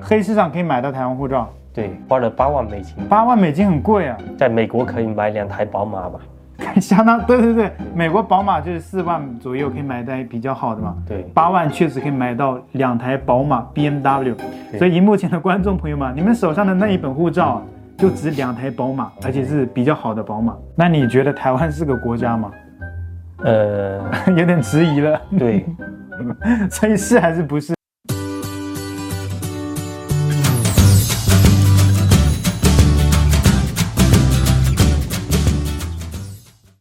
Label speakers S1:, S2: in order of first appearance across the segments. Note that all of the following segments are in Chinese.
S1: 黑市上可以买到台湾护照，
S2: 对，花了八万美金，
S1: 八万美金很贵啊，
S2: 在美国可以买两台宝马吧？
S1: 相当对对对，美国宝马就是四万左右可以买一台比较好的嘛，
S2: 对，
S1: 八万确实可以买到两台宝马 BMW，
S2: 对
S1: 所以荧幕前的观众朋友们，你们手上的那一本护照啊就值两台宝马，而且是比较好的宝马。那你觉得台湾是个国家吗？
S2: 呃，
S1: 有点迟疑了，
S2: 对，
S1: 所以是还是不是？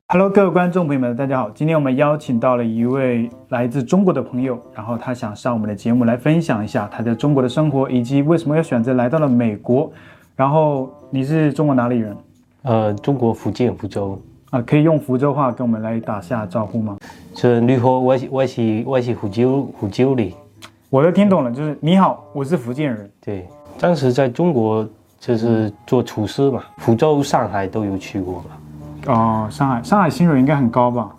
S1: Hello，各位观众朋友们，大家好！今天我们邀请到了一位来自中国的朋友，然后他想上我们的节目来分享一下他在中国的生活，以及为什么要选择来到了美国。然后你是中国哪里人
S2: 呃，中国福建福州。
S1: 啊？可以用福州话跟我们来打下招呼吗？
S2: 是你好，我是我是我是福州福州的，
S1: 我都听懂了，就是你好，我是福建人。
S2: 对，当时在中国就是做厨师嘛，福州、上海都有去过嘛。
S1: 哦，上海，上海薪水应该很高吧？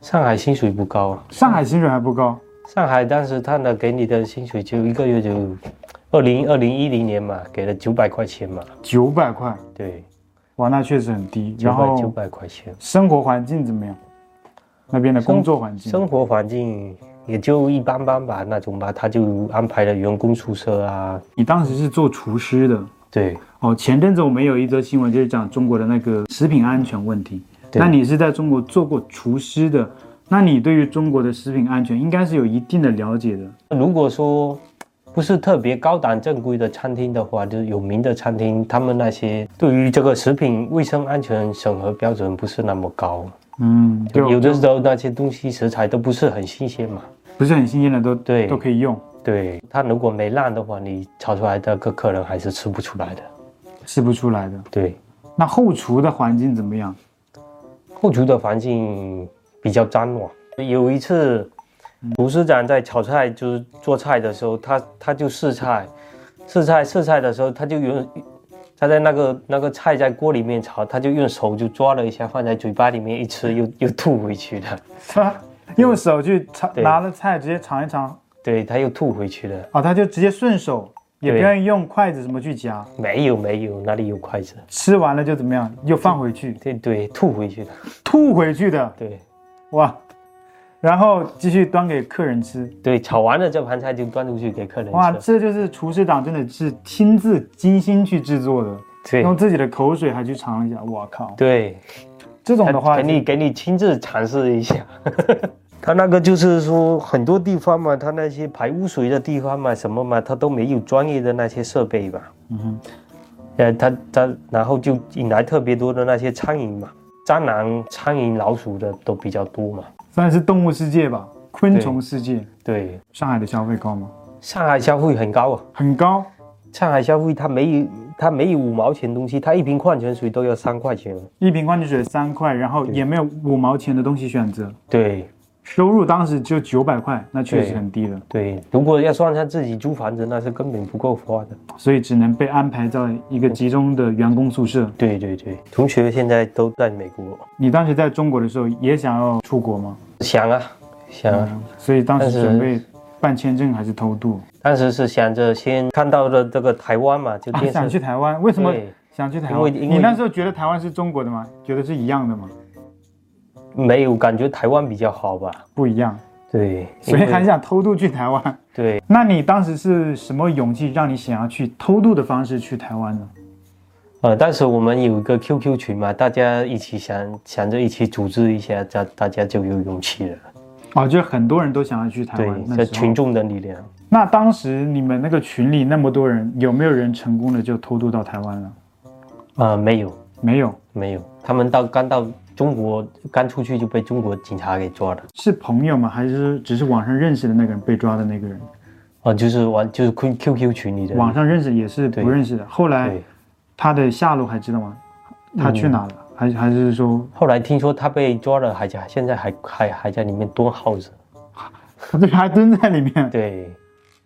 S2: 上海薪水不高啊，
S1: 上海薪水还不高，
S2: 上海当时他呢给你的薪水就一个月就，二零二零一零年嘛，给了九百块钱嘛，
S1: 九百块，
S2: 对，
S1: 哇，那确实很低。
S2: 九
S1: 然
S2: 百九
S1: 后
S2: 百块钱，
S1: 生活环境怎么样？那边的工作环境
S2: 生活环境也就一般般吧，那种吧，他就安排了员工宿舍啊，
S1: 你当时是做厨师的
S2: 对，
S1: 哦。前阵子我们有一则新闻，就是讲中国的那个食品安全问题。
S2: 对
S1: 那你是在中国做过厨师的，那你对于中国的食品安全应该是有一定的了解的。
S2: 如果说不是特别高档正规的餐厅的话，就是有名的餐厅，他们那些对于这个食品卫生安全审核标准不是那么高，
S1: 嗯，对，
S2: 有的时候那些东西食材都不是很新鲜嘛。
S1: 不是很新鲜的都
S2: 对
S1: 都可以用，
S2: 对，它如果没烂的话，你炒出来的个客人还是吃不出来的。
S1: 吃不出来的。
S2: 对，
S1: 那后厨的环境怎么样？
S2: 后厨的环境比较脏乱。有一次，厨师长在炒菜，就是做菜的时候，他他就试菜，试菜试菜的时候，他就用他在那个那个菜在锅里面炒，他就用手就抓了一下，放在嘴巴里面一吃，又又吐回去了。
S1: 是吧？ 用手去尝，
S2: 对
S1: 拿了菜直接尝一尝，
S2: 对，他又吐回去了。
S1: 哦，他就直接顺手，也不
S2: 对
S1: 愿意用筷子什么去夹，
S2: 没有没有，哪里有筷子？
S1: 吃完了就怎么样，又放回去，
S2: 对对，吐回去了。
S1: 吐回去的，
S2: 对
S1: 哇！然后继续端给客人吃，
S2: 对，炒完了这盘菜就端出去给客人
S1: 哇，
S2: 吃。
S1: 这就是厨师长真的是亲自精心去制作的，
S2: 对
S1: 用自己的口水还去尝一下，我靠，
S2: 对。
S1: 这种的话
S2: 给，你给你亲自尝试一下。 他那个就是说，很多地方嘛，他那些排污水的地方嘛，什么嘛，他都没有专业的那些设备嘛。
S1: 嗯哼，
S2: 呃，他他然后就引来特别多的那些苍蝇嘛，蟑螂、苍蝇、老鼠的都比较多嘛。
S1: 算是动物世界吧，昆虫世界。
S2: 对，
S1: 上海的消费高吗？
S2: 上海消费很高啊，
S1: 很高，
S2: 上海消费它没有它没有五毛钱东西，它一瓶矿泉水都要三块钱。
S1: 一瓶矿泉水三块，然后也没有五毛钱的东西选择。
S2: 对
S1: 收入当时就九百块，那确实很低了，
S2: 对，如果要算上自己租房子，那是根本不够花的。
S1: 所以只能被安排到一个集中的员工宿舍。
S2: 对对对，同学现在都在美国。
S1: 你当时在中国的时候也想要出国吗？
S2: 想啊，想啊，
S1: 所以当时
S2: 但是
S1: 准备办签证还是偷渡？
S2: 当时是想着先看到了这个台湾嘛，就
S1: 啊
S2: 电视，
S1: 想去台湾？为什么
S2: 对
S1: 想去台
S2: 因为
S1: 湾？
S2: 因为
S1: 你那时候觉得台湾是中国的吗？觉得是一样的吗？
S2: 没有感觉台湾比较好吧？
S1: 不一样，
S2: 对，
S1: 所以
S2: 因为
S1: 还想偷渡去台湾。
S2: 对，
S1: 那你当时是什么勇气让你想要去偷渡的方式去台湾呢？
S2: 呃，当时我们有一个 QQ 群嘛，大家一起想想着一起组织一下，大大家就有勇气了。
S1: 哦，就是很多人都想要去台湾，
S2: 对，
S1: 那
S2: 这
S1: 时候
S2: 群众的力量，
S1: 那当时你们那个群里那么多人，有没有人成功的就偷渡到台湾了？
S2: 啊，没有
S1: 没有，
S2: 没有，他们到刚到中国，刚出去就被中国警察给抓了。
S1: 是朋友吗？还是只是网上认识的那个人被抓的那个人？
S2: 啊、就是玩就是 Q QQ 群里的人，
S1: 网上认识也是不认识的。后来
S2: 对。嗯
S1: 他的下落还知道吗？他去哪了？还还是说
S2: 后来听说他被抓了，还在现在还还还在里面蹲耗着。
S1: 他这还蹲在里面？
S2: 对，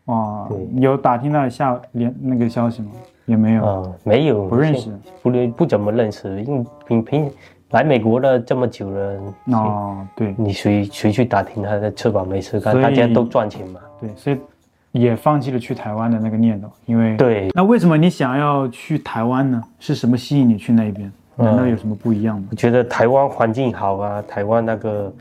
S1: 哇
S2: 对，
S1: 有打听到下连那个消息吗？也没有，
S2: 啊、没有，
S1: 不认识，
S2: 不认不怎么认识，因为平平来美国了这么久了，
S1: 哦，对
S2: 你谁谁去打听他的吃饱没事干？
S1: 所以
S2: 大家都赚钱嘛。
S1: 对，所以也放弃了去台湾的那个念头，因为
S2: 对，
S1: 那为什么你想要去台湾呢？是什么吸引你去那边？难
S2: 嗯
S1: 道有什么不一样吗？
S2: 我觉得台湾环境好啊，台湾那个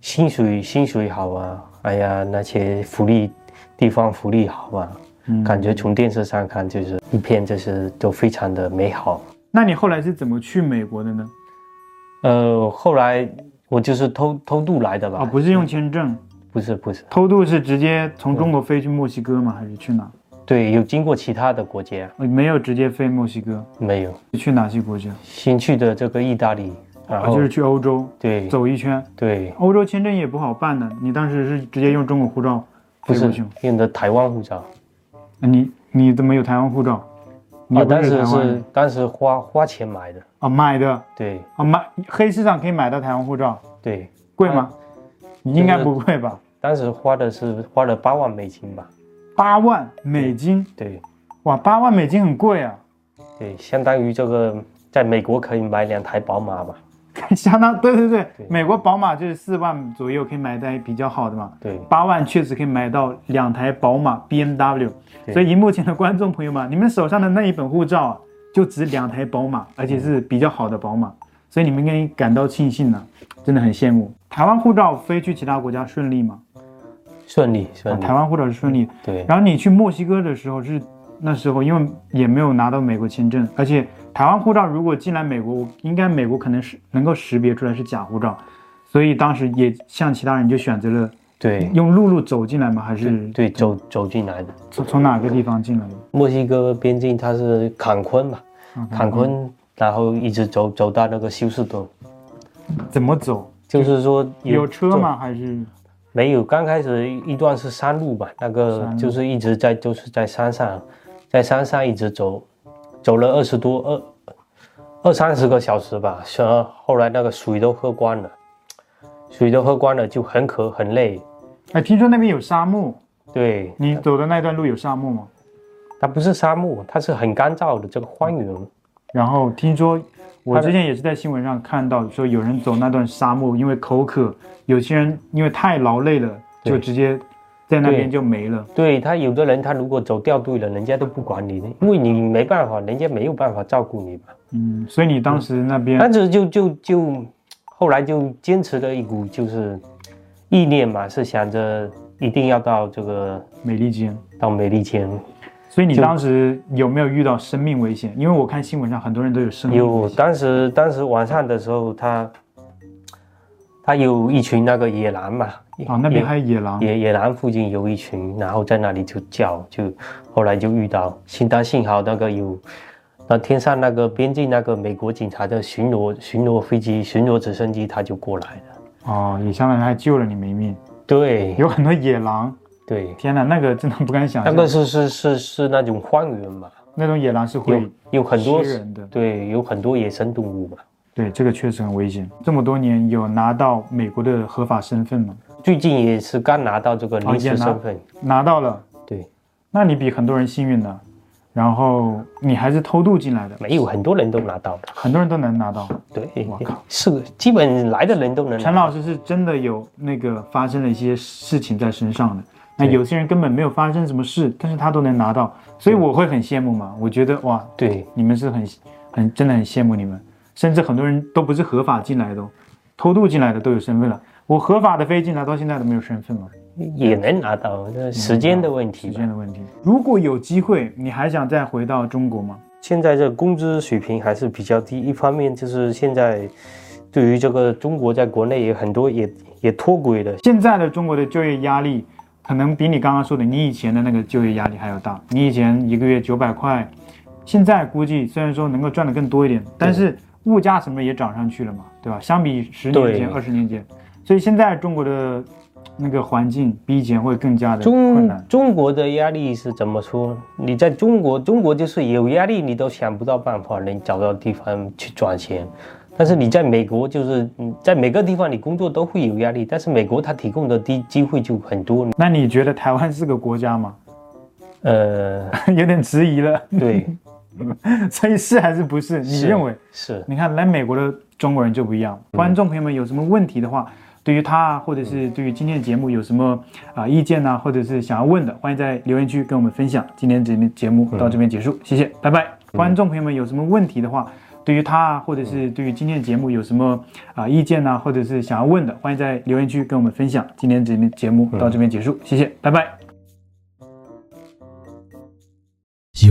S2: 薪水薪水好啊，哎呀，那些福利地方福利好啊，
S1: 嗯
S2: 感觉从电视上看就是一片就是都非常的美好。
S1: 那你后来是怎么去美国的呢？
S2: 呃，后来我就是偷偷渡来的吧？
S1: 啊，不是用签证，
S2: 不是不是，
S1: 偷渡是直接从中国飞去墨西哥吗？还是去哪？
S2: 对，有经过其他的国家
S1: 呃没有直接飞墨西哥，
S2: 没有？
S1: 去哪些国家？
S2: 先去的这个意大利，然
S1: 啊，
S2: 后、
S1: 就是去欧洲
S2: 对
S1: 走一圈。
S2: 对，
S1: 欧洲签证也不好办的，你当时是直接用中国护照
S2: 不
S1: 飞过
S2: 是
S1: 去吗？
S2: 用的台湾护照。
S1: 那你你怎么有台湾护照？你
S2: 啊，
S1: 不
S2: 当
S1: 是
S2: 时
S1: 台湾人
S2: 是当时花花钱买的，
S1: 啊买的
S2: 对
S1: 啊买黑市上可以买到台湾护照，
S2: 对，
S1: 贵吗？
S2: 啊
S1: 应该不贵吧？
S2: 当时花的是花了八万美金吧，
S1: 八万美金，
S2: 对
S1: 哇，八万美金很贵啊，
S2: 对，相当于这个在美国可以买两台宝马吧，
S1: 相当对对对
S2: 对，
S1: 美国宝马就是四万左右可以买一台比较好的嘛，
S2: 对
S1: 八万确实可以买到两台宝马 BMW，
S2: 对
S1: 所以荧幕前的观众朋友们，你们手上的那一本护照啊，就值两台宝马，而且是比较好的宝马，所以你们应该感到庆幸呢、啊真的很羡慕。台湾护照飞去其他国家顺利吗？
S2: 顺利
S1: 啊
S2: 顺利
S1: 台，湾护照是顺利的。
S2: 对
S1: 然后你去墨西哥的时候是那时候，因为也没有拿到美国签证，而且台湾护照如果进来美国，我应该美国可能是能够识别出来是假护照，所以当时也像其他人就选择了
S2: 对
S1: 用陆路走进来吗？还是
S2: 对，走走进来的
S1: 从从哪个地方进来的？
S2: 墨西哥边境，它是坎昆嘛，
S1: 嗯
S2: 坎昆，然后一直走走到那个休斯顿，
S1: 怎么走？
S2: 就是说
S1: 有车
S2: 走
S1: 吗？还是
S2: 没有，刚开始一段是山路吧，那个就是一直在就是在山上，在山上一直走，走了二十多二二三十个小时吧，是啊后来那个水都喝光了，水都喝光了就很渴很累。
S1: 哎，听说那边有沙漠，
S2: 对，
S1: 你走的那段路有沙漠吗？
S2: 它不是沙漠，它是很干燥的这个荒原。
S1: 然后听说，我
S2: 它的
S1: 之前也是在新闻上看到说有人走那段沙漠，因为口渴，有些人因为太劳累了，
S2: 对
S1: 就直接在那边
S2: 对
S1: 就没了。
S2: 对他有的人，他如果走掉队了，人家都不管你的，因为你没办法，人家没有办法照顾你嘛。
S1: 嗯，所以你当时那边，
S2: 但是就就就后来就坚持了一股就是意念嘛，是想着一定要到这个
S1: 美利坚，
S2: 到美利坚，
S1: 啊所以你
S2: 就
S1: 当时有没有遇到生命危险？因为我看新闻上很多人都有生命危
S2: 有
S1: 险。
S2: 当时当时晚上的时候，他他有一群那个野狼嘛，
S1: 啊，那边还有野狼，
S2: 野野狼附近有一群，然后在那里就叫，就后来就遇到，幸但幸好那个有，那天上那个边境那个美国警察的巡逻巡逻飞机巡逻直升机，他就过来了。
S1: 哦，也相当于还救了你们一命。
S2: 对
S1: 有很多野狼，
S2: 对，
S1: 天哪，那个真的不敢想
S2: 那
S1: 象，
S2: 个是是是是那种荒原嘛，
S1: 那种野狼是
S2: 有
S1: 会
S2: 有很多
S1: 吃人的。
S2: 对，有很多野生动物嘛。
S1: 对，这个确实很危险。这么多年有拿到美国的合法身份吗？
S2: 最近也是刚拿到这个
S1: 哦
S2: 临
S1: 也
S2: 时
S1: 拿
S2: 身份，
S1: 拿到了，
S2: 对，
S1: 那你比很多人幸运呢。然后你还是偷渡进来的，
S2: 没有很多人都拿到了，
S1: 很多人都能拿到。
S2: 对
S1: 我靠，
S2: 是基本来的人都能拿
S1: 陈老师是真的有那个发生了一些事情在身上的。那
S2: 对
S1: 有些人根本没有发生什么事，但是他都能拿到，所以我会很羡慕嘛。我觉得哇，
S2: 对
S1: 你们是很很真的很羡慕你们，甚至很多人都不是合法进来的、哦，偷渡进来的都有身份了。我合法的飞进来到现在都没有身份了，
S2: 也能拿到，那时间的问题
S1: 时
S2: 吧。
S1: 间的问题。如果有机会，你还想再回到中国吗？
S2: 现在这工资水平还是比较低，一方面就是现在对于这个中国在国内也很多也也脱轨了，
S1: 现在的中国的就业压力，可能比你刚刚说的你以前的那个就业压力还要大。你以前一个月九百块，现在估计虽然说能够赚的更多一点，但是物价什么也涨上去了嘛，对吧？相比十年前、
S2: 嗯对
S1: 二十年前，所以现在中国的那个环境比以前会更加的困难
S2: 中。中国的压力是怎么说？你在中国，中国就是有压力，你都想不到办法能找到地方去赚钱。但是你在美国，就是嗯在每个地方你工作都会有压力，但是美国它提供的机机会就很多。
S1: 那你觉得台湾是个国家吗？
S2: 呃，
S1: 有点迟疑了，
S2: 对，
S1: 所以是还是不是？你
S2: 是
S1: 认为？
S2: 是
S1: 你看来美国的中国人就不一样。观众朋友们有什么问题的话，对于他啊或者是对于今天的节目有什么啊、意见呢、或者是想要问的，欢迎在留言区跟我们分享。今天这节目到这边结束，谢谢，拜拜。观众朋友们有什么问题的话，对于他啊或者是对于今天的节目有什么啊、意见呢、或者是想要问的，欢迎在留言区跟我们分享。今天这节目到这边结束，谢谢，拜拜。喜